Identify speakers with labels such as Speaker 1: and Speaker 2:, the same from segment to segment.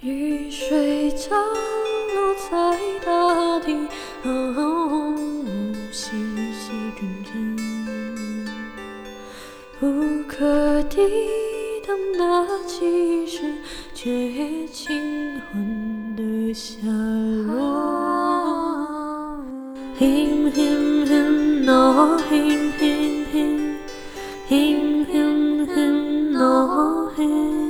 Speaker 1: 雨水降落在大地，哦，细细阵阵，无可抵挡的气势，却轻缓的下落。hin hin hin no hin hin hin hin hin hin no hin。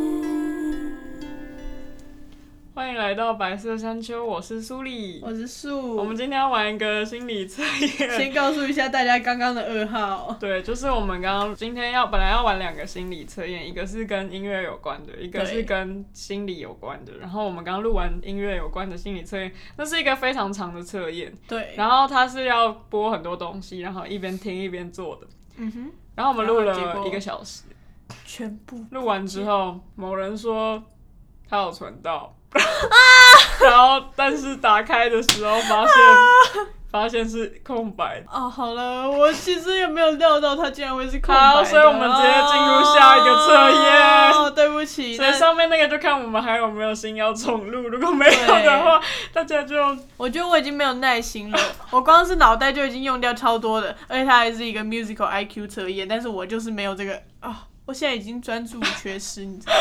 Speaker 2: 欢迎来到白色山丘，我是苏丽。
Speaker 3: 我是树。
Speaker 2: 我们今天要玩一个心理测验，
Speaker 3: 先告诉一下大家刚刚的噩耗。
Speaker 2: 对，就是我们刚刚今天要本来要玩两个心理测验，一个是跟音乐有关的，一个是
Speaker 3: 对
Speaker 2: 跟心理有关的。然后我们刚刚录完音乐有关的心理测验，那是一个非常长的测验，
Speaker 3: 对，
Speaker 2: 然后它是要播很多东西，然后一边听一边做的。
Speaker 3: 嗯哼，
Speaker 2: 然后我们录
Speaker 3: 然后结
Speaker 2: 了
Speaker 3: 果
Speaker 2: 一个小时，
Speaker 3: 全部
Speaker 2: 录完之后，某人说他有存到，然后但是打开的时候发现发现是空白的。
Speaker 3: 哦，好了，我其实也没有料到它竟然会是空白的
Speaker 2: 好所以我们直接进入下一个测验
Speaker 3: 哦，对不起，
Speaker 2: 所以
Speaker 3: 那
Speaker 2: 上面那个就看我们还有没有心要重录，如果没有的话，大家就
Speaker 3: 我觉得我已经没有耐心了， 我光是脑袋就已经用掉超多的，而且它还是一个 musical IQ 测验，但是我就是没有这个啊、我现在已经专注缺失，你知道 吗？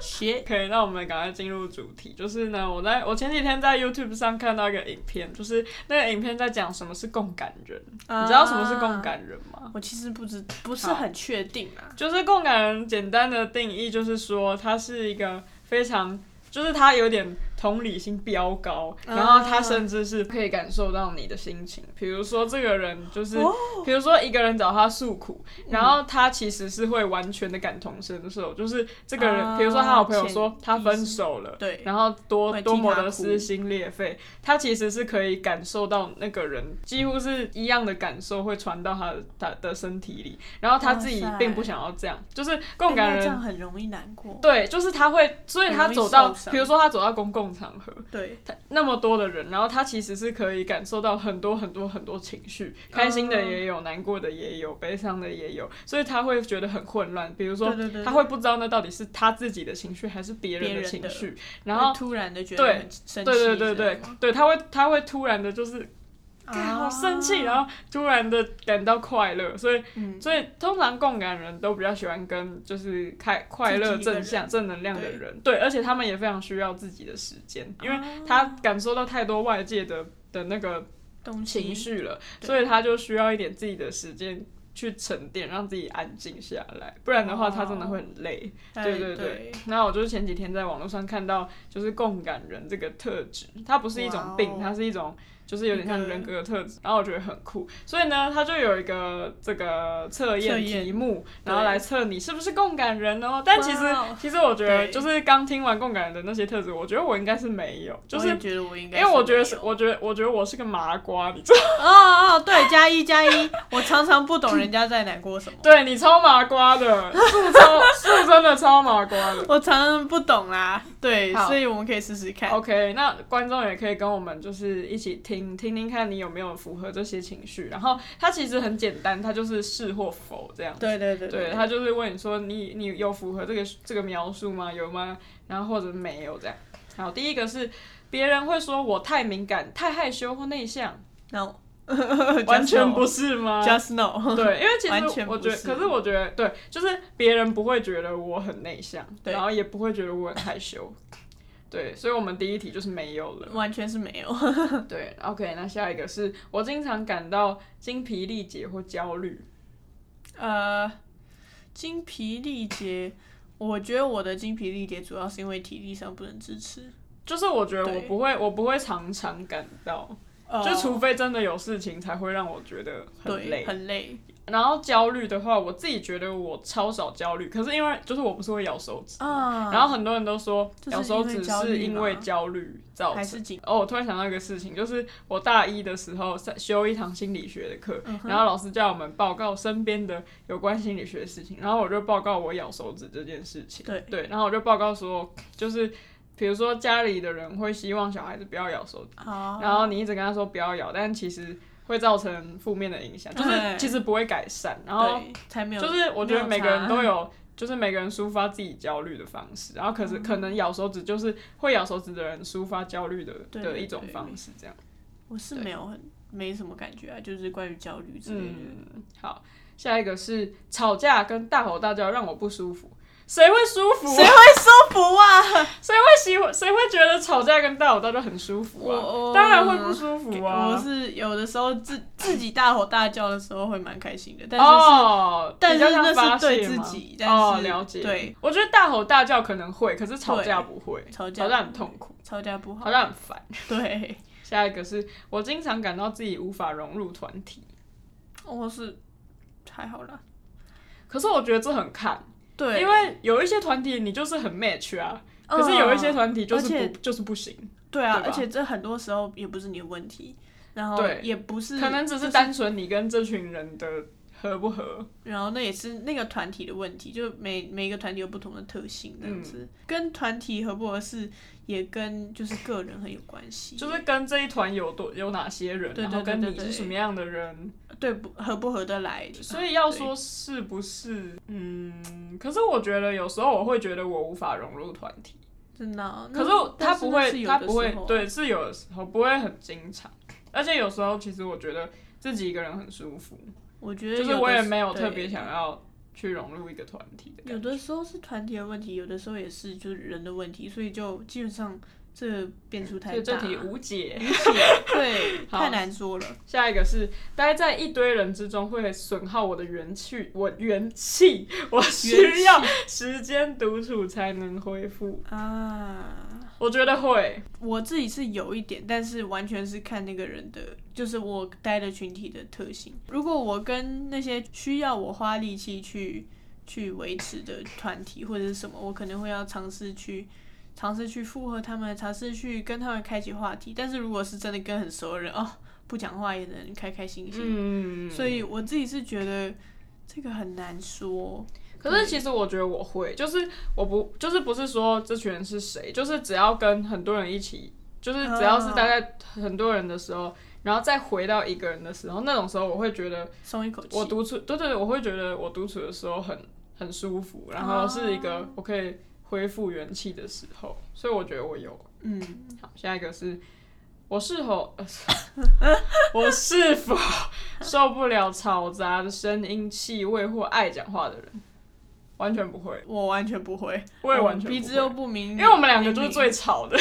Speaker 3: 鞋，
Speaker 2: 可以。那我们赶快进入主题，就是呢，我在我前几天在 YouTube 上看到一个影片，就是那个影片在讲什么是共感人。你知道什么是共
Speaker 3: 啊？
Speaker 2: 感人吗？
Speaker 3: 我其实不知不是
Speaker 2: 好
Speaker 3: 很确定啊。
Speaker 2: 就是共感人简单的定义就是说，他是一个非常，就是他有点同理心飙高，
Speaker 3: 啊
Speaker 2: 然后他甚至是可以感受到你的心情。比如说这个人就是
Speaker 3: 哦，嗯
Speaker 2: 比如说一个人找他诉苦，然后他其实是会完全的感同身受，就是这个人，
Speaker 3: 啊
Speaker 2: 比如说他有朋友说
Speaker 3: 潜意识
Speaker 2: 他分手了，
Speaker 3: 对
Speaker 2: 然后多
Speaker 3: 会替
Speaker 2: 多么
Speaker 3: 他
Speaker 2: 的
Speaker 3: 哭
Speaker 2: 撕心裂肺，他其实是可以感受到那个人几乎是一样的感受会传到他的他的身体里，然后他自己
Speaker 3: 哇塞
Speaker 2: 并不想要这样，就是共
Speaker 3: 哎
Speaker 2: 感
Speaker 3: 那这样
Speaker 2: 人。
Speaker 3: 很容易难过。
Speaker 2: 对，就是他会，所以他
Speaker 3: 很容易
Speaker 2: 走到
Speaker 3: 受，伤
Speaker 2: 比如说他走到公共场合，
Speaker 3: 对，
Speaker 2: 他那么多的人，然后他其实是可以感受到很多很多很多情绪，开心的也有，难过的也有，悲伤的也有，所以他会觉得很混乱。比如说
Speaker 3: 对对对，对
Speaker 2: 他会不知道那到底是他自己的情绪还是别人
Speaker 3: 别
Speaker 2: 的
Speaker 3: 人
Speaker 2: 情
Speaker 3: 的
Speaker 2: 绪，然后
Speaker 3: 会突然的觉得
Speaker 2: 对
Speaker 3: 很生气，
Speaker 2: 对对对对
Speaker 3: 这样吗
Speaker 2: 对，他会他会突然的就是干好生气，然
Speaker 3: 后
Speaker 2: 后突然的感到快乐，所以
Speaker 3: 哦嗯，
Speaker 2: 所以通常共感人都比较喜欢跟就是开快乐
Speaker 3: 自己一个
Speaker 2: 正
Speaker 3: 人
Speaker 2: 向正能量的人，对，而且他们也非常需要自己的时间，因为
Speaker 3: 啊
Speaker 2: 他感受到太多外界的的那个
Speaker 3: 东西
Speaker 2: 情绪了，
Speaker 3: 对
Speaker 2: 所以他就需要一点自己的时间去沉淀，让自己安静下来，不然的
Speaker 3: 哦
Speaker 2: 话他真的会很累。
Speaker 3: 哎
Speaker 2: 对对
Speaker 3: 对
Speaker 2: 对，那我就是前几天在网络上看到，就是共感人这个特质，它不是一种
Speaker 3: 哇
Speaker 2: 病，
Speaker 3: 哦
Speaker 2: 它是一种就是有点像
Speaker 3: 一个
Speaker 2: 人格特质，然后我觉得很酷，所以呢，它就有一个这个测
Speaker 3: 测
Speaker 2: 验
Speaker 3: 验
Speaker 2: 题目，然后
Speaker 3: 对
Speaker 2: 来测你是不是共感人哦。但其实
Speaker 3: 哇哦
Speaker 2: 其实我觉得，
Speaker 3: 对
Speaker 2: 就是刚听完共感人的那些特质，我觉得我应该是没有，就
Speaker 3: 我
Speaker 2: 是
Speaker 3: 也觉得我应
Speaker 2: 因
Speaker 3: 该没
Speaker 2: 为
Speaker 3: 有，
Speaker 2: 我觉得是，我觉得我觉得我是个麻瓜，你知道？
Speaker 3: 哦哦，对，加一加一，我常常不懂人家在难过什么，
Speaker 2: 对你超麻瓜的，树超 树真的超麻瓜的。
Speaker 3: 我常常不懂啦，对，
Speaker 2: 好
Speaker 3: 所以我们可以试试看，
Speaker 2: OK，那观众也可以跟我们就是一起听听听看你有没有符合这些情绪。然后它其实很简单，它就是是或否这样。
Speaker 3: 对对对
Speaker 2: 对，他就是问你说你你有符合这个这个描述吗？有吗？然后或者没有这样。好，第一个是别人会说我太敏感、太害羞或内向，
Speaker 3: ，no，
Speaker 2: 完全不是吗？
Speaker 3: ，just no，
Speaker 2: 对，因为其
Speaker 3: 完
Speaker 2: 实
Speaker 3: 全
Speaker 2: 我
Speaker 3: 不
Speaker 2: 觉得，
Speaker 3: 是
Speaker 2: 可是我觉得，对，就是别人不会觉得我很内向，
Speaker 3: 对
Speaker 2: 然后也不会觉得我很害羞，对，所以我们第一题就是没有了。
Speaker 3: 完全是没有，
Speaker 2: 对，OK，那下一个是我经常感到精疲力竭或焦虑，
Speaker 3: 呃，精疲力竭，我觉得我的精疲力竭主要是因为体力上不能支持，
Speaker 2: 就是我觉得我
Speaker 3: 对哦
Speaker 2: 不会，我不会常常感到，就除非真的有事情才会让我觉得哦很
Speaker 3: 对
Speaker 2: 累。
Speaker 3: 很累，
Speaker 2: 然后焦虑的话，我自己觉得我超少焦虑，可是因为就是我不是会咬手指吗，
Speaker 3: 啊
Speaker 2: 然后很多人都说
Speaker 3: 就是
Speaker 2: 咬手
Speaker 3: 因
Speaker 2: 指
Speaker 3: 为焦
Speaker 2: 是
Speaker 3: 虑
Speaker 2: 因
Speaker 3: 吗
Speaker 2: 为焦虑造
Speaker 3: 还
Speaker 2: 成。
Speaker 3: 是紧
Speaker 2: 哦，我突然想到一个事情，就是我大一的时候在修一堂心理学的课，
Speaker 3: 嗯哼
Speaker 2: 然后老师叫我们报告身边的有关心理学的事情，然后我就报告我咬手指这件事情。
Speaker 3: 对
Speaker 2: 对，然后我就报告说，就是比如说家里的人会希望小孩子不要咬手指，
Speaker 3: 啊，
Speaker 2: 然后你一直跟他说不要咬，但其实会造成负面的影响，就是
Speaker 3: 对
Speaker 2: 其实不会改善。然后
Speaker 3: 对，才没有，
Speaker 2: 就是我觉得每个人都有，就是每个人抒发自己焦虑的方式，然后可是
Speaker 3: 嗯
Speaker 2: 可能咬手指就是会咬手指的人抒发焦虑的
Speaker 3: 对
Speaker 2: 的
Speaker 3: 对
Speaker 2: 一种
Speaker 3: 对
Speaker 2: 方式，这样。
Speaker 3: 我是
Speaker 2: 对
Speaker 3: 没有很没什么感觉啊，就是关于焦虑之类的。
Speaker 2: 嗯，好，下一个是吵架跟大吼大叫让我不舒服，谁会舒服？
Speaker 3: 谁会舒服啊？
Speaker 2: 谁会喜欢？谁会觉得吵架跟大吼大叫很舒服
Speaker 3: 我
Speaker 2: 啊？
Speaker 3: 哦
Speaker 2: 当然会不舒服啊！
Speaker 3: 我是有的时候自自己大吼大叫的时候会蛮开心的，但是是
Speaker 2: 哦，
Speaker 3: 但
Speaker 2: 比
Speaker 3: 是
Speaker 2: 较像
Speaker 3: 那是
Speaker 2: 发泄
Speaker 3: 对自
Speaker 2: 吗
Speaker 3: 己但
Speaker 2: 哦，
Speaker 3: 是
Speaker 2: 了解。
Speaker 3: 对，
Speaker 2: 我觉得大吼大叫可能会，可是吵架
Speaker 3: 对
Speaker 2: 不会，
Speaker 3: 吵架
Speaker 2: 吵架很痛苦，
Speaker 3: 吵架不好
Speaker 2: 吵。架很烦。
Speaker 3: 对，
Speaker 2: 下一个是我经常感到自己无法融入团体，
Speaker 3: 我是还好啦。
Speaker 2: 可是我觉得这很看，
Speaker 3: 对，
Speaker 2: 因为有一些团体你就是很 match 啊，可是
Speaker 3: 嗯
Speaker 2: 有一些团体就
Speaker 3: 而
Speaker 2: 是
Speaker 3: 且
Speaker 2: 不就是不行，
Speaker 3: 对啊，
Speaker 2: 对吧
Speaker 3: 而且这很多时候也不是你的问题，然后
Speaker 2: 对
Speaker 3: 也不是
Speaker 2: 可能只是单纯你跟这群人的合不合。
Speaker 3: 然后那也是那个团体的问题，就每每一个团体有不同的特性，这样
Speaker 2: 嗯
Speaker 3: 子、跟团体合不合适，也跟就是个人很有关系，
Speaker 2: 就是跟这一团有多有哪些人，
Speaker 3: 对
Speaker 2: 然后
Speaker 3: 对
Speaker 2: 跟
Speaker 3: 对
Speaker 2: 你
Speaker 3: 对啊
Speaker 2: 是什么样的人，
Speaker 3: 对不合不合得来。
Speaker 2: 所以要说是不是，嗯，可是我觉得有时候我会觉得我无法融入团体，
Speaker 3: 真的啊、
Speaker 2: 可
Speaker 3: 那
Speaker 2: 是我他
Speaker 3: 但是
Speaker 2: 不
Speaker 3: 那是
Speaker 2: 会，
Speaker 3: 有
Speaker 2: 他
Speaker 3: 的
Speaker 2: 不会
Speaker 3: 时候，啊
Speaker 2: 对，是有的时候不会很经常，而且有时候其实我觉得自己一个人很舒服，
Speaker 3: 我觉得
Speaker 2: 就是
Speaker 3: 有的
Speaker 2: 我也
Speaker 3: 时
Speaker 2: 没有特
Speaker 3: 对
Speaker 2: 别想要去融入一个团体的
Speaker 3: 有
Speaker 2: 感觉。
Speaker 3: 的时候是团体的问题，有的时候也是就是人的问题，所以就基本上这个变数太
Speaker 2: 所以
Speaker 3: 大
Speaker 2: 这
Speaker 3: 了，
Speaker 2: 题无解。
Speaker 3: 对，
Speaker 2: 好
Speaker 3: 太难说了。
Speaker 2: 下一个是待在一堆人之中会损耗我的元气，我元气，我需要时间独处才能恢复。
Speaker 3: 啊，
Speaker 2: 我觉得会，
Speaker 3: 我自己是有一点，但是完全是看那个人的，就是我待的群体的特性。如果我跟那些需要我花力气去去维持的团体或者是什么，我可能会要尝试去。尝试去附和他们，尝试去跟他们开启话题。但是如果是真的跟很熟的人哦，不讲话也能开开心心，
Speaker 2: 嗯，
Speaker 3: 所以我自己是觉得这个很难说。
Speaker 2: 可是其实我觉得我会，就是我不就是不是说这群人是谁，就是只要跟很多人一起，就是只要是待在很多人的时候，然后再回到一个人的时候，那种时候我会觉得
Speaker 3: 松一口气，
Speaker 2: 我独处，对对对，我会觉得我独处的时候很很舒服，然后是一
Speaker 3: 哦
Speaker 2: 个我可以恢复元气的时候，所以我觉得我有。
Speaker 3: 嗯，
Speaker 2: 好，下一个是我是否、 呃我是 否受不了嘈杂的声音、气味或爱讲话的人？完全不会，
Speaker 3: 我完全不会，
Speaker 2: 我也完全不会
Speaker 3: 哦鼻子又嗯不明，
Speaker 2: 因为我们两个就是最吵的。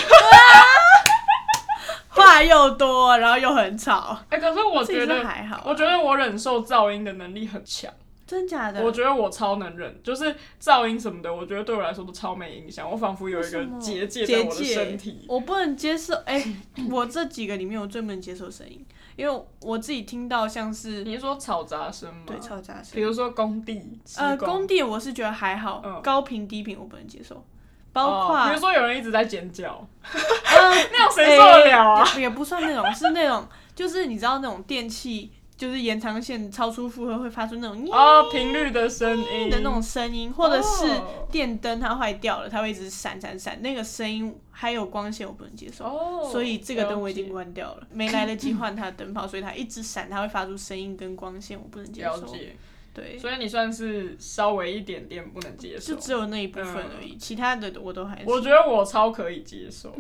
Speaker 3: 话又多，然后又很吵。
Speaker 2: 哎、可是我觉
Speaker 3: 自己
Speaker 2: 得
Speaker 3: 是还好啊
Speaker 2: 我觉得我忍受噪音的能力很强，
Speaker 3: 真假的？
Speaker 2: 我觉得我超能忍，就是噪音什么的，我觉得对我来说都超没影响，我仿佛有一
Speaker 3: 为
Speaker 2: 个
Speaker 3: 什么
Speaker 2: 结界在
Speaker 3: 结
Speaker 2: 我的
Speaker 3: 界
Speaker 2: 身体。
Speaker 3: 我不能接受。哎、我这几个里面我最不能接受声音，因为我自己听到像是
Speaker 2: 你是说嘈杂声吗？
Speaker 3: 对嘈杂
Speaker 2: 嗯比
Speaker 3: 声，
Speaker 2: 如说工地，
Speaker 3: 呃，
Speaker 2: 施
Speaker 3: 工地我是觉得还好，
Speaker 2: 嗯
Speaker 3: 高频低频我不能接受，
Speaker 2: 哦
Speaker 3: 包括、
Speaker 2: 比如说有人一直在尖 叫，
Speaker 3: 嗯
Speaker 2: 那样谁受得了啊？
Speaker 3: 欸也也不算那种，是那种就是你知道那种电器，就是延长线超出负荷会发出那种“
Speaker 2: 哦，频率的声音
Speaker 3: 哎的那种声音，或者是
Speaker 2: 哦
Speaker 3: 电灯它坏掉了，它会一直闪闪闪，那个声音还有光线我不能接受。
Speaker 2: 哦
Speaker 3: 所以这个灯我已经
Speaker 2: 了
Speaker 3: 关掉了，没来得及换它的灯泡，所以它一直闪，它会发出声音跟光线，我不能
Speaker 2: 解
Speaker 3: 接
Speaker 2: 了
Speaker 3: 受。哎
Speaker 2: 解，
Speaker 3: 对，
Speaker 2: 所以你算是稍微一点点不能接
Speaker 3: 就
Speaker 2: 受。
Speaker 3: 只有那一部分而已，其他的我都还是。
Speaker 2: 嗯我觉得我超可以接 受，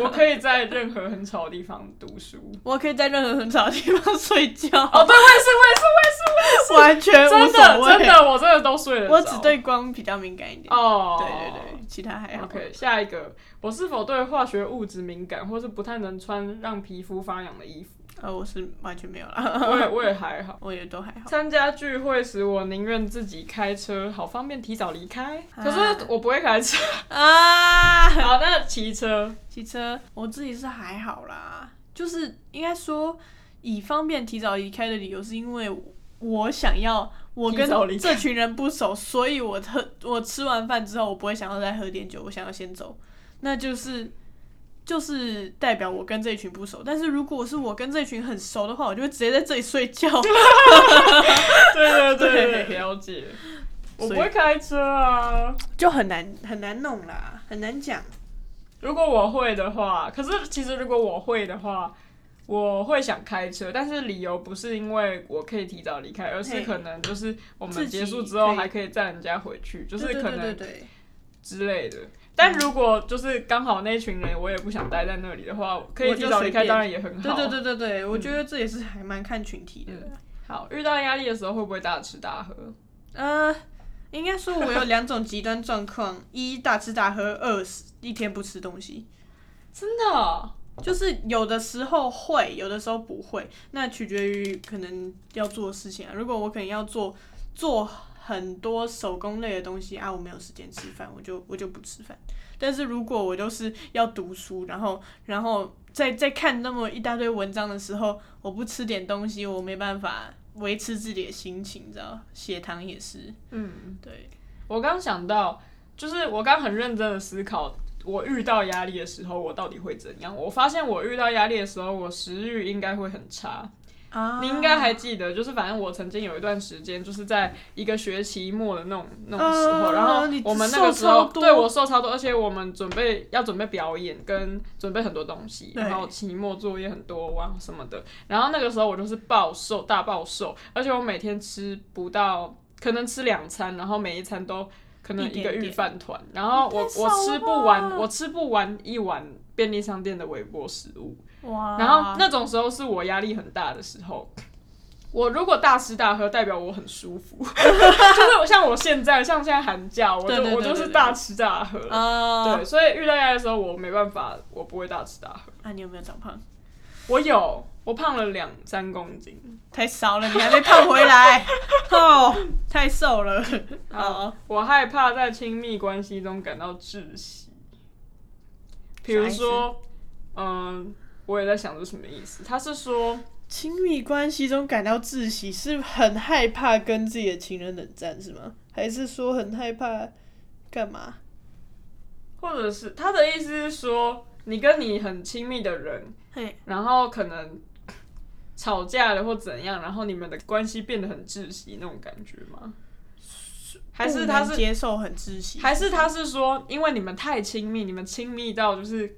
Speaker 2: 我可以在任何很吵的地方读书。
Speaker 3: 我可以在任何很吵的地方睡觉，
Speaker 2: 哦，对，我也是，
Speaker 3: 完全
Speaker 2: 我也 是，我也
Speaker 3: 无
Speaker 2: 是，真
Speaker 3: 所
Speaker 2: 的，
Speaker 3: 谓
Speaker 2: 真。的，我真的都睡了。
Speaker 3: 我只对光比较敏感一点。
Speaker 2: 哦，
Speaker 3: 对对对，其他还好。
Speaker 2: OK，下一个，我是否对化学物质敏感，或是不太能穿让皮肤发痒的衣 服？
Speaker 3: 呃，我是完全没有啦，
Speaker 2: 我也我也还好。
Speaker 3: 我也都还好。
Speaker 2: 参加聚会时，我宁愿自己开车，好方便提早离开。
Speaker 3: 啊
Speaker 2: 可是我不会开 车。
Speaker 3: 啊，
Speaker 2: 好，那骑车，
Speaker 3: 骑车我自己是还好啦，就是应该说以方便提早离开的理由，是因为我想要。我
Speaker 2: 提早离
Speaker 3: 跟
Speaker 2: 开
Speaker 3: 这群人不熟，所以我喝我吃完饭之后，我不会想要再喝点酒，我想要先走，那就是就是代表我跟这一群不熟。但是如果是我跟这一群很熟的话，我就会直接在这里睡觉。
Speaker 2: 对对对
Speaker 3: 对
Speaker 2: 对，了解。我
Speaker 3: 所以
Speaker 2: 不会开车啊。
Speaker 3: 就很难很难弄啦，很难讲。
Speaker 2: 如果我会的话，可是其实如果我会的话，我会想开车，但是理由不是因为我可以提早离开，而是
Speaker 3: 嘿
Speaker 2: 可能就是我
Speaker 3: 自
Speaker 2: 们
Speaker 3: 己
Speaker 2: 结束之后
Speaker 3: 可以
Speaker 2: 还可以载人家回去，就
Speaker 3: 就是
Speaker 2: 可
Speaker 3: 对对
Speaker 2: 能
Speaker 3: 对
Speaker 2: 之类的。但如果就是刚好那群人我也不想待在那里的话，可以
Speaker 3: 我就
Speaker 2: 提早离
Speaker 3: 随
Speaker 2: 开，
Speaker 3: 便
Speaker 2: 当然也很
Speaker 3: 对
Speaker 2: 好。
Speaker 3: 对对对对对，我觉得这也是还蛮看群体的。
Speaker 2: 好，遇到压力的时候会不会大吃大喝？
Speaker 3: 呃，应该说我有两种极端状况：一大吃大喝，二一天不吃东西。
Speaker 2: 真的哦、
Speaker 3: 就是有的时候会，有的时候不会，那取决于可能要做的事情啊。如果我可能要做做很多手工类的东西啊，我没有时间吃饭，我就我就不吃饭。但是如果我就是要读书，然后然后在在看那么一大堆文章的时候，我不吃点东西，我没办法维持自己的心情，你知道？血糖也是，
Speaker 2: 嗯，
Speaker 3: 对，
Speaker 2: 我刚想到，就是我刚很认真的思考，我遇到压力的时候我到底会怎样？我发现我遇到压力的时候，我食欲应该会很差。
Speaker 3: 啊
Speaker 2: 你应该还记得，就是反正我曾经有一段时间，就是在一个学期末的那种那种时候，
Speaker 3: 啊
Speaker 2: 然后
Speaker 3: 你
Speaker 2: 我们那个时
Speaker 3: 瘦
Speaker 2: 候
Speaker 3: 超多
Speaker 2: 对我瘦超多，而且我们准备要准备表演跟准备很多东西，
Speaker 3: 对
Speaker 2: 然后期末作业很多哇什么的，然后那个时候我就是暴瘦大暴瘦，而且我每天吃不到，可能吃两餐，然后每一餐都可能一个
Speaker 3: 一点点
Speaker 2: 预饭团，然后我
Speaker 3: 你太
Speaker 2: 我
Speaker 3: 少
Speaker 2: 吃
Speaker 3: 了
Speaker 2: 不
Speaker 3: 吧
Speaker 2: 完，我吃不完一碗便利商店的微波食物。
Speaker 3: 哇，
Speaker 2: 然后那种时候是我压力很大的时候。我如果大吃大喝，代表我很舒服， 就是我像我现在，像现在寒假，我就
Speaker 3: 对对对
Speaker 2: 我就是
Speaker 3: 对对
Speaker 2: 大吃大喝，
Speaker 3: 啊、
Speaker 2: 对，所以遇到压力的时候，我没办法，我不会大吃大喝。
Speaker 3: 啊，你有没有长胖？
Speaker 2: 我有，我胖了两三公斤，
Speaker 3: 太少了，你还没胖 回来，哦，太瘦了。
Speaker 2: 啊
Speaker 3: 哦好，
Speaker 2: 我害怕在亲密关系中感到窒息。比如说，嗯，我也在想这什么意思。他是说，
Speaker 3: 亲密关系中感到窒息，是很害怕跟自己的情人冷战是吗？还是说很害怕干嘛？
Speaker 2: 或者是他的意思是说，你跟你很亲密的人，
Speaker 3: 嘿，
Speaker 2: 然后可能吵架了或怎样，然后你们的关系变得很窒息那种感觉吗？还是他
Speaker 3: 不能
Speaker 2: 是
Speaker 3: 接受很窒息？
Speaker 2: 还是他是说，因为你们太亲密，你们亲密到就是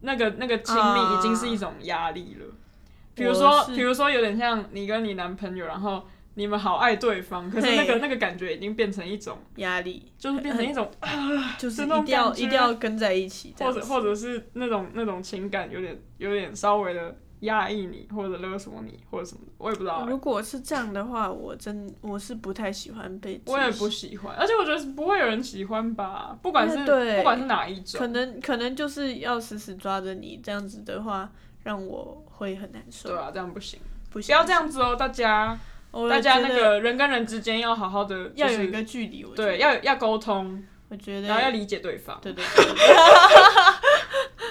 Speaker 2: 那个那个亲密
Speaker 3: 啊
Speaker 2: 已经是一种压力了。比如
Speaker 3: 我
Speaker 2: 说，
Speaker 3: 是
Speaker 2: 比如说有点像你跟你男朋友，然后你们好爱对方，可是那个
Speaker 3: 嘿
Speaker 2: 那个感觉已经变成一种，
Speaker 3: 压力，
Speaker 2: 就是变成一种，
Speaker 3: 就是
Speaker 2: 是
Speaker 3: 一
Speaker 2: 那种
Speaker 3: 定要
Speaker 2: 感觉
Speaker 3: 一定要跟在一起这
Speaker 2: 或
Speaker 3: 样子，
Speaker 2: 者或者是那种那种情感有点有点稍微的压抑你，或者勒索你，或者什么的，我也不知道欸、
Speaker 3: 如果是这样的话，我真我是不太喜欢被窒息。
Speaker 2: 我也不喜欢，而且我觉得不会有人喜欢吧，不管是
Speaker 3: 嗯对
Speaker 2: 不管是哪一种，
Speaker 3: 可能可能就是要死死抓着你，这样子的话，让我会很难受。
Speaker 2: 对啊，这样不行，
Speaker 3: 不
Speaker 2: 不
Speaker 3: 行
Speaker 2: 要这样子哦，大家，
Speaker 3: 我
Speaker 2: 大家
Speaker 3: 觉
Speaker 2: 那
Speaker 3: 得
Speaker 2: 个人跟人之间要好好的、就
Speaker 3: 要
Speaker 2: 是
Speaker 3: 有一个距离，我觉得
Speaker 2: 对，要要沟通，
Speaker 3: 我觉得
Speaker 2: 然后要理解对方。
Speaker 3: 对对对，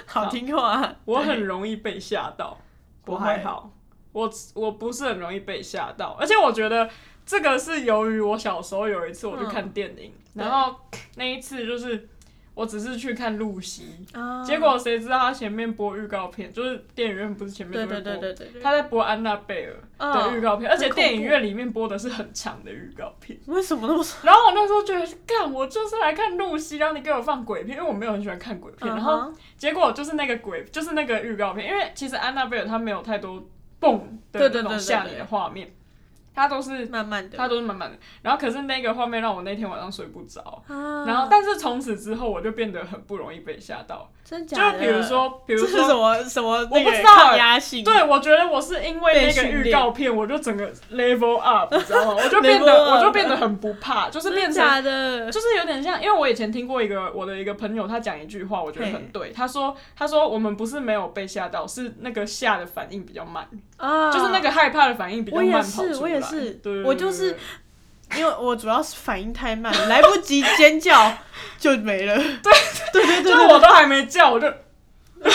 Speaker 3: 好听话，
Speaker 2: 我很容易被吓到，
Speaker 3: 不
Speaker 2: 我
Speaker 3: 会
Speaker 2: 还好，我我不是很容易被吓到，而且我觉得这个是由于我小时候有一次我去
Speaker 3: 嗯
Speaker 2: 看电影，
Speaker 3: 对
Speaker 2: 然后那一次就是我只是去看露西。
Speaker 3: 啊
Speaker 2: 结果谁知道他前面播预告片，就是电影院不是前面
Speaker 3: 对
Speaker 2: 都会
Speaker 3: 对
Speaker 2: 播
Speaker 3: 对对对嗯啊对，
Speaker 2: 他在播安娜贝尔的预告片，而且电影院里面播的是很长的预告片。
Speaker 3: 为什么那么说？
Speaker 2: 然后我那时候觉得，干，我就是来看露西，然后你给我放鬼片，因为我没有很喜欢看鬼片。然后
Speaker 3: 嗯哼
Speaker 2: 结果就是那个鬼，就是那个预告片，因为其实安娜贝尔她没有太多蹦的
Speaker 3: 对
Speaker 2: 那
Speaker 3: 对对
Speaker 2: 种
Speaker 3: 对
Speaker 2: 吓
Speaker 3: 对
Speaker 2: 你的画面，它都是
Speaker 3: 慢慢的，
Speaker 2: 它都是满满的。然后可是那个画面让我那天晚上睡不着。
Speaker 3: 啊
Speaker 2: 然后，但是从此之后，我就变得很不容易被吓到。
Speaker 3: 真
Speaker 2: 就
Speaker 3: 假的，
Speaker 2: 比如说，比
Speaker 3: 这
Speaker 2: 如
Speaker 3: 是
Speaker 2: 说
Speaker 3: 什么什么，
Speaker 2: 我不知道
Speaker 3: 抗
Speaker 2: 欸
Speaker 3: 压性，
Speaker 2: 对，我觉得我是因为那
Speaker 3: 被
Speaker 2: 个
Speaker 3: 训
Speaker 2: 预
Speaker 3: 练
Speaker 2: 告片，我就整个 level up，你知道吗？我就变得
Speaker 3: Level
Speaker 2: 我就
Speaker 3: up
Speaker 2: 变得很不怕，就是变
Speaker 3: 真
Speaker 2: 成
Speaker 3: 假的，
Speaker 2: 就是有点像，因为我以前听过一个我的一个朋友，他讲一句话，我觉得很
Speaker 3: 嘿
Speaker 2: 对。他说他说我们不是没有被吓到，是那个吓的反应比较慢，
Speaker 3: 啊，
Speaker 2: 就是那个害怕的反应比较
Speaker 3: 我也
Speaker 2: 慢跑
Speaker 3: 是
Speaker 2: 出
Speaker 3: 我
Speaker 2: 来。
Speaker 3: 也是
Speaker 2: 对，
Speaker 3: 我
Speaker 2: 对
Speaker 3: 就是
Speaker 2: 对
Speaker 3: 因为我主要是反应太慢，来不及尖叫就没了。对 对对对
Speaker 2: 就是我都还没叫，我就对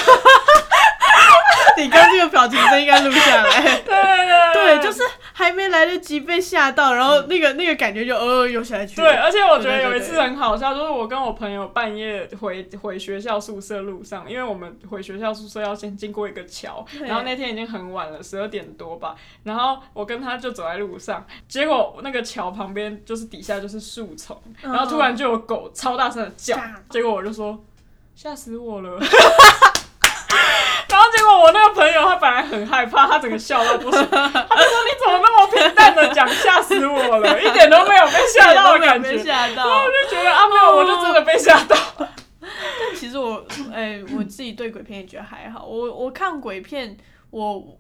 Speaker 3: 对，你刚刚这个表情真应该录下来。
Speaker 2: 对
Speaker 3: 对，就是还没来得及被吓到，然后那个那个感觉就呃又下去了。
Speaker 2: 对，而且我觉得
Speaker 3: 对对
Speaker 2: 有一
Speaker 3: 对
Speaker 2: 次很好笑，就是我跟我朋友半夜回回学校宿舍路上，因为我们回学校宿舍要先经过一个桥，
Speaker 3: 对
Speaker 2: 然后那天已经很晚了，十二点多吧，然后我跟他就走在路上，结果那个桥旁边就是底下就是树丛，
Speaker 3: 嗯
Speaker 2: 然后突然就有狗超大声的叫
Speaker 3: 嘎，
Speaker 2: 结果我 就说吓死我了。然后结果我那个朋友他本来很害怕，他整个笑到不行。他就说：“你怎么那么平淡的讲，吓死我了，一点都没有被吓到的感觉
Speaker 3: 被。”吓
Speaker 2: 然后
Speaker 3: 到
Speaker 2: 我。就觉得啊，没有，我就真的被吓到。
Speaker 3: 但其实我，哎、我自己对鬼片也觉得还好。我我看鬼片，我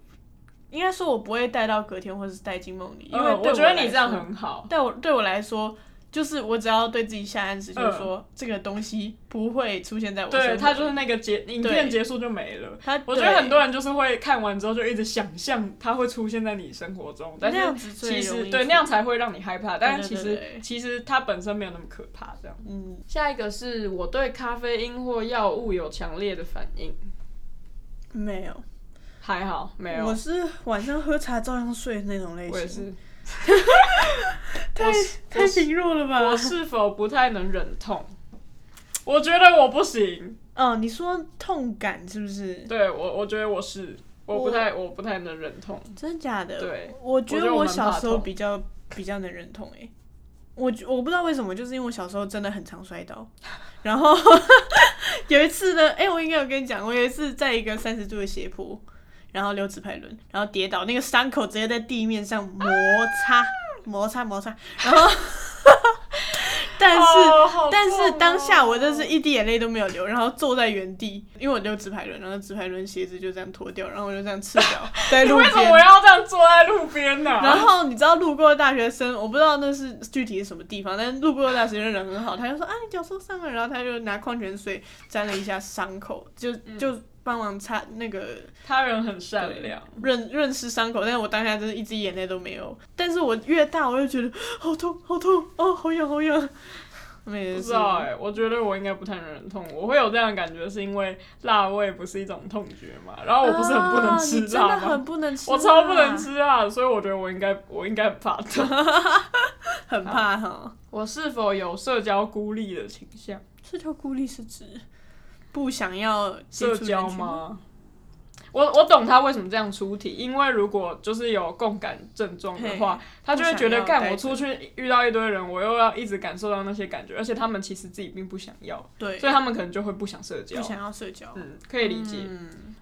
Speaker 3: 应该说我不会带到隔天或是带进梦里，因为
Speaker 2: 嗯
Speaker 3: 对
Speaker 2: 我觉得
Speaker 3: 来
Speaker 2: 你这样
Speaker 3: 说
Speaker 2: 很好。
Speaker 3: 对我对我来说，就是我只要对自己下暗示，就是说、这个东西不会出现在我身上。
Speaker 2: 嗯对他就是那个结，影片结束就没了。
Speaker 3: 他，
Speaker 2: 我觉得很多人就是会看完之后就一直想象它会出现在你生活中，
Speaker 3: 对
Speaker 2: 但
Speaker 3: 那
Speaker 2: 是
Speaker 3: 样子最
Speaker 2: 其
Speaker 3: 容
Speaker 2: 实
Speaker 3: 易
Speaker 2: 对
Speaker 3: 出
Speaker 2: 那样才会让你害怕，但是其
Speaker 3: 对对对
Speaker 2: 实
Speaker 3: 对
Speaker 2: 其实它本身没有那么可怕。这样，
Speaker 3: 嗯，
Speaker 2: 下一个是我对咖啡因或药物有强烈的反应，
Speaker 3: 嗯没有，
Speaker 2: 还好没有
Speaker 3: 我，是晚上喝茶照样睡的那种类型。
Speaker 2: 我也是，
Speaker 3: 太太贫弱了吧？
Speaker 2: 我是否不太能忍痛？我觉得我不行，
Speaker 3: 哦，你说痛感是不是？
Speaker 2: 对我我觉得我是我不太我不太能忍痛，
Speaker 3: 真的假的？
Speaker 2: 对，
Speaker 3: 我觉
Speaker 2: 我觉得
Speaker 3: 得
Speaker 2: 我
Speaker 3: 我
Speaker 2: 蛮
Speaker 3: 小
Speaker 2: 怕
Speaker 3: 时候
Speaker 2: 痛
Speaker 3: 比较比较能忍痛诶、我觉我不知道为什么，就是因为我小时候真的很常 摔倒，然后 有一次呢，诶、我应该有跟你讲，我有一次在一个三十度的斜坡，然后溜直排轮，然后跌倒，那个伤口直接在地面上摩擦、摩擦摩擦，然后， 但是、
Speaker 2: 哦好
Speaker 3: 但是
Speaker 2: 痛
Speaker 3: 当下
Speaker 2: 哦
Speaker 3: 我真是一滴眼泪都没有流，然后坐在原地，因为我溜直排轮，然后直排轮鞋子就这样脱掉，然后我就这样赤脚在
Speaker 2: 你
Speaker 3: 路
Speaker 2: 为什么
Speaker 3: 边。
Speaker 2: 要这样坐在路边呢、
Speaker 3: 然后你知道路过的大学生，我不知道那是具体是什么地方，但是路过的大学生人很好，他就说啊你脚受伤了，然后他就拿矿泉水沾了一下伤口，就
Speaker 2: 嗯
Speaker 3: 就帮忙擦那个
Speaker 2: 他人很善良，
Speaker 3: 润润湿伤口，但是我当下真的一滴眼泪都没有。但是我越大，我就觉得好痛好痛哦，好痒好痒。没
Speaker 2: 不知
Speaker 3: 事，
Speaker 2: 道哎、我觉得我应该不太能忍痛，我会有这样的感觉是因为辣味不是一种痛觉嘛，然哦后我不是很不能吃
Speaker 3: 啊你真
Speaker 2: 辣
Speaker 3: 的
Speaker 2: 吗？
Speaker 3: 很不能吃，
Speaker 2: 我超不能，吃辣，所以我觉得我应该我应该很怕痛。
Speaker 3: 很怕哈。
Speaker 2: 我是否有社交孤立的倾向？
Speaker 3: 社交孤立是指不想要
Speaker 2: 社
Speaker 3: 接触人群
Speaker 2: 交？吗？我我懂他为什么这样出题，因为如果就是有共感症状的话
Speaker 3: 嘿，
Speaker 2: 他就会觉得
Speaker 3: 不想要
Speaker 2: 干我
Speaker 3: 待着
Speaker 2: 出去遇到一堆人，我又要一直感受到那些感觉，而且他们其实自己并不想要，
Speaker 3: 对，
Speaker 2: 所以他们可能就会不想社交
Speaker 3: 不。想要社交，
Speaker 2: 嗯，可以理解。
Speaker 3: 嗯，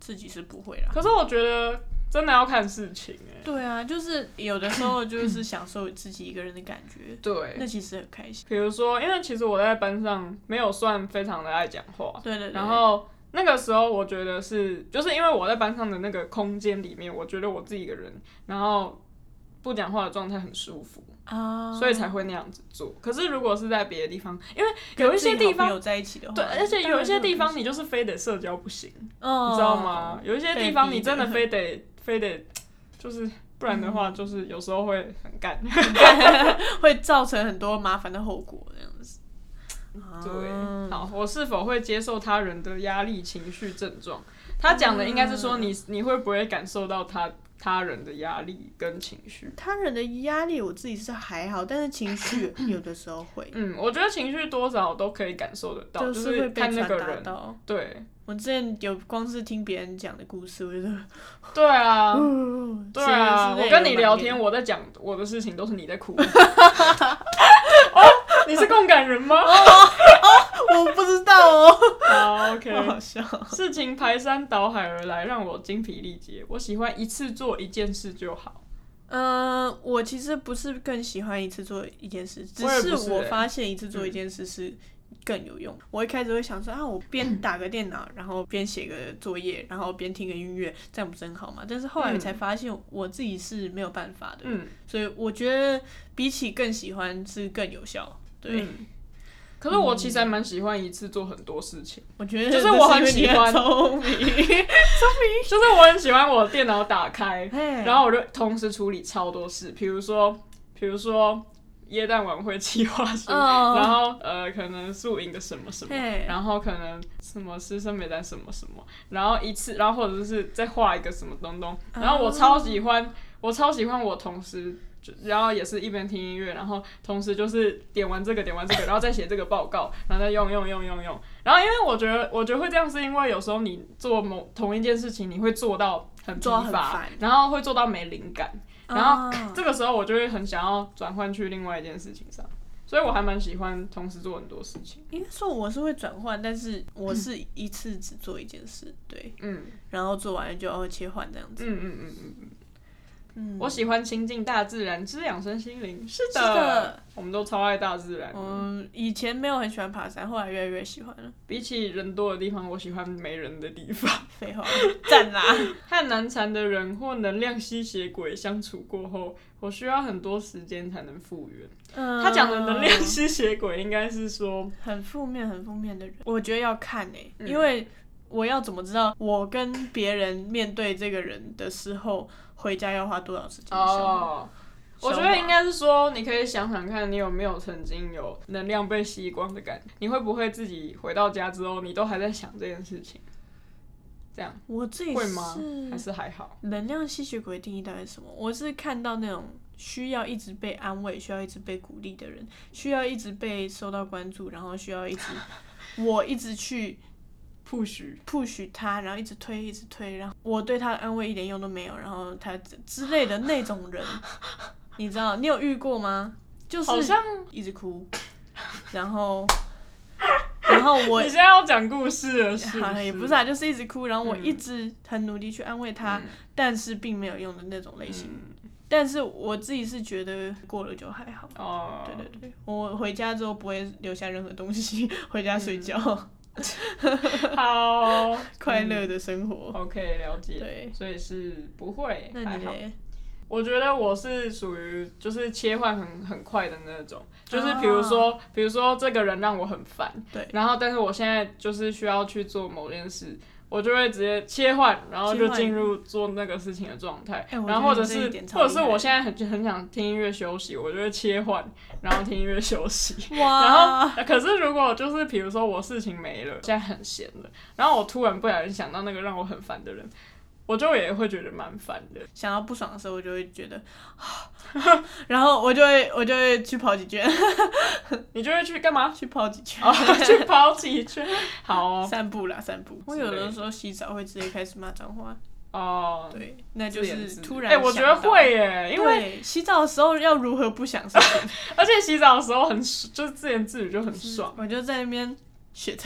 Speaker 3: 自己是不会啦。
Speaker 2: 可是我觉得真的要看事情哎、
Speaker 3: 对啊，就是有的时候就是享受自己一个人的感觉，那
Speaker 2: 对，
Speaker 3: 其实很开心。
Speaker 2: 比如说，因为其实我在班上没有算非常的爱讲话，
Speaker 3: 对对对，
Speaker 2: 哦然后那个时候我觉得是，就是因为我在班上的那个空间里面，我觉得我自己一个人，然后不讲话的状态很舒服，
Speaker 3: 啊，
Speaker 2: 所以才会那样子做。可是如果是在别的地方，因为有一些
Speaker 3: 跟
Speaker 2: 地
Speaker 3: 自己好朋
Speaker 2: 方。
Speaker 3: 友在一起的话，
Speaker 2: 对，而且有一些地
Speaker 3: 当
Speaker 2: 方
Speaker 3: 然
Speaker 2: 你就是非得社交不行，
Speaker 3: 是有开心，
Speaker 2: 你
Speaker 3: 你
Speaker 2: 知道吗？？有一些地方你真的非
Speaker 3: 哦被
Speaker 2: 得非得，就是不然的话，就是有时候会很干。
Speaker 3: 哦会造成很多麻烦的后果，这样子。嗯啊
Speaker 2: 对，好，我是否会接受他人的压力情绪症状？他讲的应该是说你
Speaker 3: 嗯
Speaker 2: 你会不会感受到他他人的压力跟情绪？
Speaker 3: 他人的压力我自己是还好，但是情绪有的时候会，
Speaker 2: 嗯，我觉得情绪多少都可以感受得到，就是
Speaker 3: 会被
Speaker 2: 看那
Speaker 3: 传
Speaker 2: 个
Speaker 3: 达
Speaker 2: 人。
Speaker 3: 到。
Speaker 2: 对，
Speaker 3: 我之前有光是听别人讲的故事，我觉得，
Speaker 2: 对啊，
Speaker 3: 哦
Speaker 2: 对啊，我跟你聊天，，
Speaker 3: 我
Speaker 2: 我在讲我的事情，都是你在 哭。哦，你是共感人 吗？
Speaker 3: 我不知道哦，
Speaker 2: 好，OK，
Speaker 3: 好好笑。
Speaker 2: 事情排山倒海而来，让我精疲力竭。我喜欢一次做一件事就好。
Speaker 3: 嗯、我其实不是更喜欢一次做一件事，只
Speaker 2: 我也不是
Speaker 3: 我
Speaker 2: 欸
Speaker 3: 发现一次做一件事是更有用。我一开始会想说啊，我边打个电脑，然后边写个作业，然后边听个音乐，这样不是很好吗？但是后来
Speaker 2: 嗯
Speaker 3: 才发现我自己是没有办法的，
Speaker 2: 嗯，
Speaker 3: 所以我觉得比起更喜欢是更有效。对，
Speaker 2: 嗯可是我其实还蛮喜欢一次做很多事情，
Speaker 3: 我觉得
Speaker 2: 就是
Speaker 3: 这
Speaker 2: 我很
Speaker 3: 因为你
Speaker 2: 喜欢
Speaker 3: 聪 明，
Speaker 2: 就是我很喜欢我电脑打开，
Speaker 3: 嘿
Speaker 2: 然后我就同时处理超多事，比如说，比如说耶诞晚会计划书，
Speaker 3: 嗯
Speaker 2: 然后呃，可能宿营的什么什么
Speaker 3: 嘿，
Speaker 2: 然后可能什么师生美在什么什么，然后一次，然后或者是再画一个什么东
Speaker 3: 哦
Speaker 2: 东，然后我超喜欢，我超喜欢我同时。就然后也是一边听音乐，然后同时就是点完这个点完这个，然后再写这个报告，然后再用用用用用。然后因为我觉得，我觉得会这样，是因为有时候你做某同一件事情，你会做到很疲
Speaker 3: 做到很
Speaker 2: 乏
Speaker 3: 烦，
Speaker 2: 然后会做到没灵感。然后
Speaker 3: 啊
Speaker 2: 这个时候我就会很想要转换去另外一件事情上，所以我还蛮喜欢同时做很多事情。
Speaker 3: 应该说我是会转换，但是我是一次只做一件事，对，
Speaker 2: 嗯
Speaker 3: 然后做完就要切换这样
Speaker 2: 嗯
Speaker 3: 子。
Speaker 2: 嗯嗯嗯嗯，
Speaker 3: 嗯，
Speaker 2: 我喜欢亲近大自然，滋养身心灵。是
Speaker 3: 是的
Speaker 2: 我们都超爱大自然。
Speaker 3: 嗯以前没有很喜欢爬山，后来越来越喜欢了。
Speaker 2: 比起人多的地方，我喜欢没人的地方。
Speaker 3: 废话，赞啦！
Speaker 2: 和难缠的人或能量吸血鬼相处过后，我需要很多时间才能复原。
Speaker 3: 嗯
Speaker 2: 他讲的能量吸血鬼，应该是说，
Speaker 3: 很负面、很负面的人，我觉得要看诶、
Speaker 2: 嗯
Speaker 3: 因为我要怎么知道我跟别人面对这个人的时候，回家要花多少时间？，
Speaker 2: 哦
Speaker 3: 哦
Speaker 2: 我觉得应该是说，你可以想想看，你有没有曾经有能量被吸光的感觉？你会不会自己回到家之后，你都还在想这件事情？这样
Speaker 3: 我自己
Speaker 2: 会吗？还
Speaker 3: 是
Speaker 2: 是还好？
Speaker 3: 能量吸血鬼的定义到底是什么？我是看到那种需要一直被安慰、需要一直被鼓励的人，需要一直被受到关注，然后需要一直我一直去
Speaker 2: push
Speaker 3: push 他，然后一直推，一直推，然后我对他的安慰一点用都没有，然后他之之类的那种人，你知道，你有遇过吗？就是
Speaker 2: 好像
Speaker 3: 一直哭，然后，然后 我
Speaker 2: 你现在要讲故事了，是
Speaker 3: 好了也不是啊，就是一直哭，然后我一直很努力去安慰他，但是并没有用的那种
Speaker 2: 嗯
Speaker 3: 类型。但是我自己是觉得过了就还好。
Speaker 2: 哦，
Speaker 3: 对对对，我回家之后不会留下任何东西， 回家睡觉，
Speaker 2: 对，好 嗯
Speaker 3: 快乐的生活。
Speaker 2: ，OK，了解。
Speaker 3: 对
Speaker 2: 所以是不会，
Speaker 3: 那
Speaker 2: 还
Speaker 3: 你
Speaker 2: 好。
Speaker 3: 嘞？
Speaker 2: 我觉得我是属于就是切换很很快的那种，就是
Speaker 3: 哦
Speaker 2: 比如说，比如说这个人让我很烦，
Speaker 3: 对
Speaker 2: 然后但是我现在就是需要去做某件事，我就会直接切换，然后
Speaker 3: 切
Speaker 2: 就
Speaker 3: 换
Speaker 2: 进入做那个事情的状态，
Speaker 3: 哎我
Speaker 2: 然后或
Speaker 3: 觉得
Speaker 2: 者
Speaker 3: 你这
Speaker 2: 是
Speaker 3: 一点超
Speaker 2: 或者是
Speaker 3: 厉害
Speaker 2: 我现在很很想听音乐休息，我就会切换，然后听音乐休息。
Speaker 3: 哇
Speaker 2: 然后，可是如果就是比如说我事情没了，现在很闲了，然后我突然不小心想到那个让我很烦的人，我就也会觉得蛮烦的。
Speaker 3: 想到不爽的时候，我就会觉得， 然后我就会我就会去跑几圈，
Speaker 2: 你就会去干嘛？
Speaker 3: 去跑几圈，
Speaker 2: 哦，去跑几圈。好哦，
Speaker 3: 散步啦，散步。我
Speaker 2: 之类
Speaker 3: 有
Speaker 2: 的
Speaker 3: 的时候洗澡会直接开始骂脏话，
Speaker 2: 哦，
Speaker 3: 对，那
Speaker 2: 自
Speaker 3: 就
Speaker 2: 言自语，
Speaker 3: 是突然
Speaker 2: 哎、
Speaker 3: 想到。
Speaker 2: 我觉得会耶，因为
Speaker 3: 对洗澡的时候要如何不想生气？
Speaker 2: 而且洗澡的时候很爽就是自言自语就很爽。
Speaker 3: 我就在那边 shit，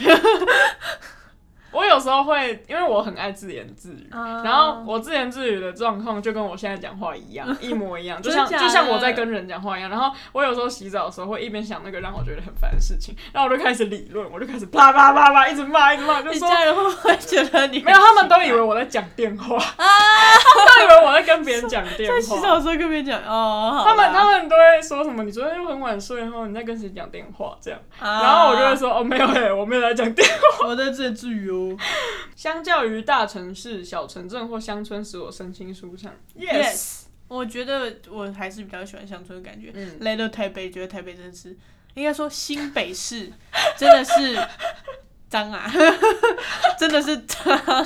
Speaker 2: 我有时候会，因为我很爱自言自语。然
Speaker 3: 然
Speaker 2: 后我自言自语的状况就跟我现在讲话一 样，一模一样，就
Speaker 3: 真
Speaker 2: 像
Speaker 3: 假的
Speaker 2: 就像我在跟人讲话一样。然后我有时候洗澡的时候会一边想那个让我觉得很烦的事情，然后我就开始理论，我就开始啪啪啪啪一直骂一直骂，就
Speaker 3: 你
Speaker 2: 说
Speaker 3: 家人会不会觉得你
Speaker 2: 没有，他们都以为我在讲电 话，他们都以为我在跟别人讲电
Speaker 3: 在
Speaker 2: 话。
Speaker 3: 洗澡的时候跟别人讲哦，好啦
Speaker 2: 他们他们都会说什么？你昨天又很晚睡，然后你在跟谁讲电话？这样，
Speaker 3: 啊
Speaker 2: 然后我就会说哦，没有哎、我没有在讲电话。
Speaker 3: 我在这治愈哦。
Speaker 2: 相较于大城市、小城镇或乡村，使我身心舒畅。
Speaker 3: Yes 我觉得我还是比较喜欢乡村的感觉，
Speaker 2: 嗯
Speaker 3: 来到台北，觉得台北真的是，应该说新北市真的是脏啊， 真的是脏啊。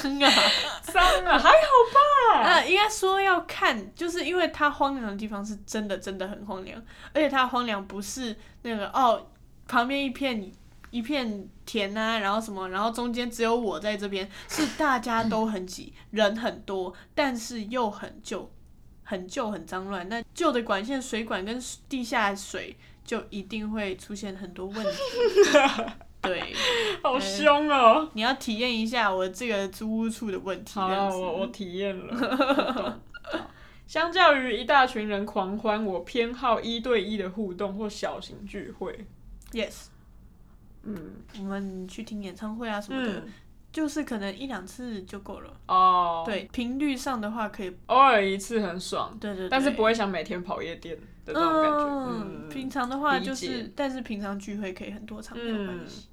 Speaker 2: 脏 啊，还好吧？
Speaker 3: 那应该说要看，就是因为它荒凉的地方是真的真的很荒凉，而且它荒凉不是那个哦，旁边一片一片田啊，然后什么，然后中间只有我在这边，是大家都很挤，人很多，但是又很旧，很旧很脏乱。那旧的管线、水管跟地下水就一定会出现很多问题。对，
Speaker 2: 好凶哦、
Speaker 3: 你要体验一下我这个租屋处的问题。
Speaker 2: 好
Speaker 3: 这样
Speaker 2: 了，
Speaker 3: 子
Speaker 2: 我我体验了。 我懂好相较于一大群人狂欢，我偏好一对一的互动或小型聚会。
Speaker 3: Yes，
Speaker 2: 嗯
Speaker 3: 我们去听演唱会啊什么的，
Speaker 2: 嗯
Speaker 3: 就是可能一两次就够了。
Speaker 2: 哦，，
Speaker 3: 对，频率上的话可以，
Speaker 2: 偶尔一次很爽，
Speaker 3: 对对对，
Speaker 2: 但是不会想每天跑夜店的那种感觉。
Speaker 3: 嗯，
Speaker 2: 嗯
Speaker 3: 平常的话就
Speaker 2: 理
Speaker 3: 是
Speaker 2: 解，
Speaker 3: 但是平常聚会可以很多场，没有关系。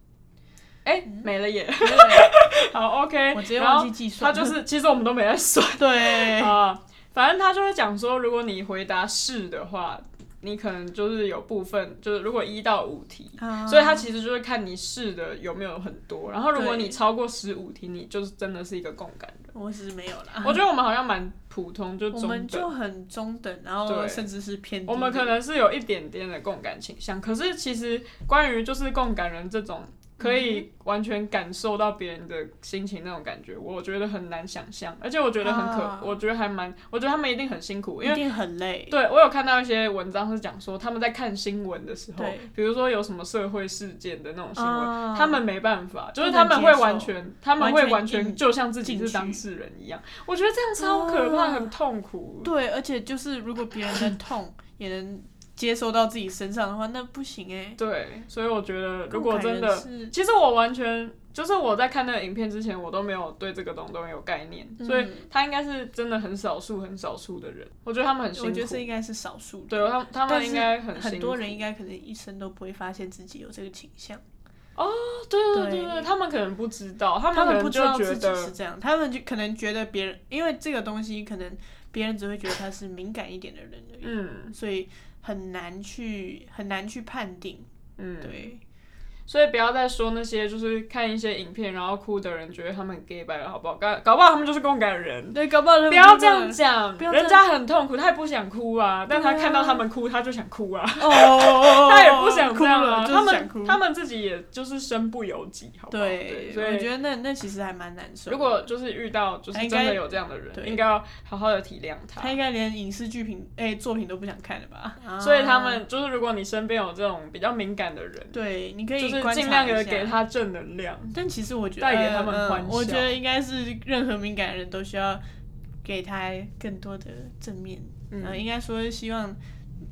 Speaker 2: 哎、没了耶。
Speaker 3: 对
Speaker 2: 好，OK。
Speaker 3: 嗯我直接
Speaker 2: 然后
Speaker 3: 忘记计
Speaker 2: 他
Speaker 3: 算，
Speaker 2: 就是，其实我们都没在算
Speaker 3: 对，
Speaker 2: 啊、反正他就会讲说，如果你回答是的话，你可能就是有部分，就是如果一到五题。
Speaker 3: 啊
Speaker 2: 所以他其实就是看你是的有没有很多，然后如果
Speaker 3: 对
Speaker 2: 你超过十五题，你就是真的是一个共感人。
Speaker 3: 我是没有啦，
Speaker 2: 我觉得我们好像蛮普通，就
Speaker 3: 啊我们
Speaker 2: 中等
Speaker 3: 就。很中等，然后
Speaker 2: 对
Speaker 3: 甚至是偏低
Speaker 2: 我们可能是有一点点的共感倾向，可是其实关于就是共感人这种可
Speaker 3: 嗯
Speaker 2: 以完全感受到别人的心情那种感觉，我觉得很难想象，而且我觉得很可，
Speaker 3: 啊
Speaker 2: 我觉得还蛮，我觉得他们一定很辛苦，因
Speaker 3: 一
Speaker 2: 为
Speaker 3: 定很累。
Speaker 2: 对我有看到一些文章是讲说他们在看新闻的时候
Speaker 3: 对，
Speaker 2: 比如说有什么社会事件的那种新闻，
Speaker 3: 啊
Speaker 2: 他们没办法，就是
Speaker 3: 不
Speaker 2: 他
Speaker 3: 能
Speaker 2: 们会
Speaker 3: 接
Speaker 2: 完
Speaker 3: 受
Speaker 2: 全，他们
Speaker 3: 嗯完
Speaker 2: 会
Speaker 3: 全
Speaker 2: 完全
Speaker 3: 硬
Speaker 2: 就像自己
Speaker 3: 进
Speaker 2: 是
Speaker 3: 去
Speaker 2: 当事人一样，我觉得这样超可怕，
Speaker 3: 啊
Speaker 2: 很痛苦。
Speaker 3: 对，而且就是如果别人的痛也能接收到自己身上的话，那不行哎、
Speaker 2: 对，所以我觉得如
Speaker 3: 更
Speaker 2: 果
Speaker 3: 感
Speaker 2: 真
Speaker 3: 人
Speaker 2: 的，
Speaker 3: 是
Speaker 2: 其实我完全就是我在看那个影片之前，我都没有对这个东东有概念，所以
Speaker 3: 嗯
Speaker 2: 他应该是真的很少数很少数的人，我觉得他们很辛
Speaker 3: 我
Speaker 2: 苦，
Speaker 3: 觉得这应该是少数的。
Speaker 2: 对他们他
Speaker 3: 但
Speaker 2: 们应
Speaker 3: 是
Speaker 2: 该辛
Speaker 3: 很
Speaker 2: 苦
Speaker 3: 多人应该可能一生都不会发现自己有这个倾向，
Speaker 2: 哦对对对
Speaker 3: 对
Speaker 2: 对，他们可能不知道，他
Speaker 3: 他
Speaker 2: 们可
Speaker 3: 们
Speaker 2: 能
Speaker 3: 不知
Speaker 2: 就
Speaker 3: 道
Speaker 2: 觉
Speaker 3: 自己是
Speaker 2: 得
Speaker 3: 这样，他们就可能觉得别人，因为这个东西可能别人只会觉得他是敏感一点的人而已，
Speaker 2: 嗯
Speaker 3: 所以很难去很难去判定。
Speaker 2: 嗯，
Speaker 3: 对，
Speaker 2: 所以不要再说那些就是看一些影片然后哭的人，觉得他们很 gay 白了，好不好？搞搞不好他们就是共感人。
Speaker 3: 对，搞不好
Speaker 2: 不要这样讲，
Speaker 3: 不要这
Speaker 2: 人
Speaker 3: 样
Speaker 2: 家很痛苦，他也不想哭啊，但他
Speaker 3: 对啊
Speaker 2: 看到他们哭，他就想哭啊。
Speaker 3: 哦，
Speaker 2: 他也不想
Speaker 3: 哭
Speaker 2: 这样
Speaker 3: 了，
Speaker 2: 啊，
Speaker 3: 就是
Speaker 2: 他
Speaker 3: 想
Speaker 2: 们
Speaker 3: 哭
Speaker 2: 他们自己也就是身不由己，好不好？对，，
Speaker 3: 对
Speaker 2: 所
Speaker 3: 我觉
Speaker 2: 以
Speaker 3: 得那那其实还蛮难受的。
Speaker 2: 如果就是遇到就是真的有这样的人，
Speaker 3: 他应该对
Speaker 2: 应该要好好的体谅他
Speaker 3: 他。应该连影视剧品哎、作品都不想看了吧？
Speaker 2: 所以他们就是，如果你身边有这种比较敏感的人，
Speaker 3: 对，你可
Speaker 2: 就
Speaker 3: 以
Speaker 2: 是
Speaker 3: 观察
Speaker 2: 尽量
Speaker 3: 一
Speaker 2: 的
Speaker 3: 下
Speaker 2: 给。他正能量。
Speaker 3: 但其实我觉得
Speaker 2: 带给他们
Speaker 3: 呃
Speaker 2: 欢笑
Speaker 3: 我觉得应该是任何敏感的人都需要给他更多的正面。
Speaker 2: 嗯
Speaker 3: 呃，应该说希望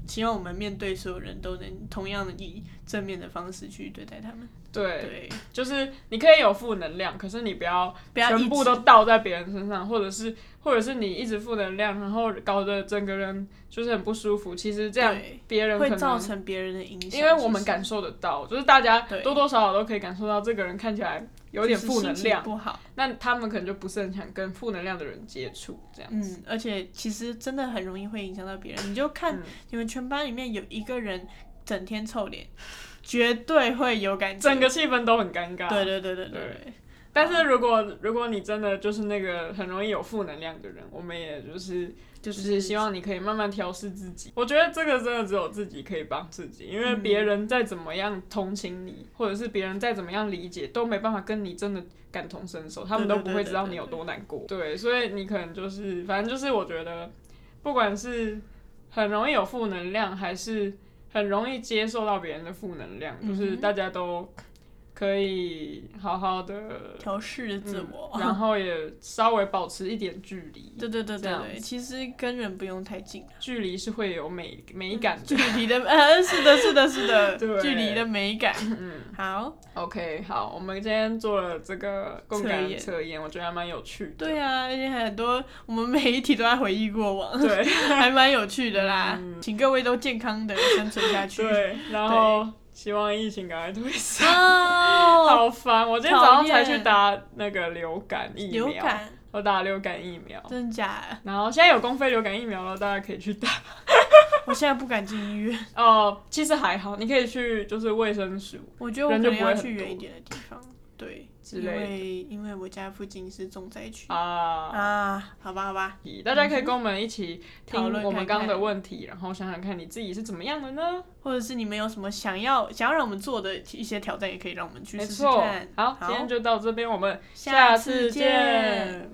Speaker 3: 希望我们面对所有人都能同样的以正面的方式去对待他们。
Speaker 2: 对，
Speaker 3: 对，
Speaker 2: 就是你可以有负能量，可是你不要
Speaker 3: 不要一
Speaker 2: 全部
Speaker 3: 直
Speaker 2: 都倒在别人身上，或者是或者是你一直负能量，然后搞得整个人就是很不舒服。其实这样
Speaker 3: 对
Speaker 2: 别人可
Speaker 3: 会
Speaker 2: 能
Speaker 3: 造成别人的影响，
Speaker 2: 因为我们
Speaker 3: 其实
Speaker 2: 感受得到，就是大家
Speaker 3: 对
Speaker 2: 多多少少都可以感受到这个人看起来有点
Speaker 3: 就是
Speaker 2: 负能
Speaker 3: 心情
Speaker 2: 量，
Speaker 3: 不好。
Speaker 2: 那他们可能就不是很想跟负能量的人接触，这样子。
Speaker 3: 嗯，而且其实真的很容易会影响到别人。你就看
Speaker 2: 嗯
Speaker 3: 你们全班里面有一个人整天臭脸，绝对会有感觉。
Speaker 2: 整个气氛都很尴尬。
Speaker 3: 对对对对对
Speaker 2: 对
Speaker 3: 对，
Speaker 2: 但是如果如果你真的就是那个很容易有负能量的人，我们也就是就
Speaker 3: 就
Speaker 2: 是希望你可以慢慢调试自己。我觉得这个真的只有自己可以帮自己，因为别
Speaker 3: 嗯
Speaker 2: 人再怎么样同情你，或者是别人再怎么样理解，都没办法跟你真的感同身受，他们都不会知道你有多难过。对，所以你可能就是，反正就是我觉得，不管是很容易有负能量，还是很容易接受到别人的负能量，就是
Speaker 3: 嗯哼
Speaker 2: 大家都可以好好的。
Speaker 3: 调试自
Speaker 2: 嗯
Speaker 3: 我。
Speaker 2: 然后也稍微保持一点距离，
Speaker 3: 对对对
Speaker 2: 这
Speaker 3: 对
Speaker 2: 样子
Speaker 3: 对，其实跟人不用太近 啊，
Speaker 2: 距离是会有美美感的
Speaker 3: 距。离的， 呃，是的，是的，是
Speaker 2: 对
Speaker 3: 的，距离的美感。
Speaker 2: 嗯
Speaker 3: 好，
Speaker 2: ，OK，好，我们今天做了这个共
Speaker 3: 测
Speaker 2: 感
Speaker 3: 验
Speaker 2: 测验，我觉得还蛮有趣的。
Speaker 3: 对啊，而且很多我们每一题都在回忆过往，
Speaker 2: 对
Speaker 3: 还蛮有趣的啦
Speaker 2: 嗯。
Speaker 3: 请各位都健康的生存下去。
Speaker 2: 对，然后希望疫情赶快退散。
Speaker 3: 哦，
Speaker 2: 好烦！我今天早上
Speaker 3: 讨
Speaker 2: 才
Speaker 3: 厌
Speaker 2: 去打那个流感疫苗，哦
Speaker 3: 流感
Speaker 2: 我打流感疫苗，
Speaker 3: 真的假的？
Speaker 2: 然后现在有公费流感疫苗了，大家可以去打。
Speaker 3: 我现在不敢进医院，
Speaker 2: 哦，其实还好，你可以去就是卫生署，
Speaker 3: 我觉得我可
Speaker 2: 人就
Speaker 3: 能
Speaker 2: 不会
Speaker 3: 要
Speaker 2: 很
Speaker 3: 去远
Speaker 2: 多
Speaker 3: 一点的地方，对，
Speaker 2: 之
Speaker 3: 因
Speaker 2: 类的
Speaker 3: 为因为我家附近是重灾区
Speaker 2: 啊。
Speaker 3: 啊，好吧好吧，
Speaker 2: 大家可以跟我们一起听
Speaker 3: 讨论
Speaker 2: 我们
Speaker 3: 看
Speaker 2: 刚刚的
Speaker 3: 看
Speaker 2: 问题，然后想想看你自己是怎么样的呢？
Speaker 3: 或者是你们有什么想要想要让我们做的一些挑战，也可以让我们去
Speaker 2: 没
Speaker 3: 试试
Speaker 2: 错
Speaker 3: 看，。
Speaker 2: 好，今天就到这边，我们
Speaker 3: 下
Speaker 2: 次
Speaker 3: 次
Speaker 2: 见。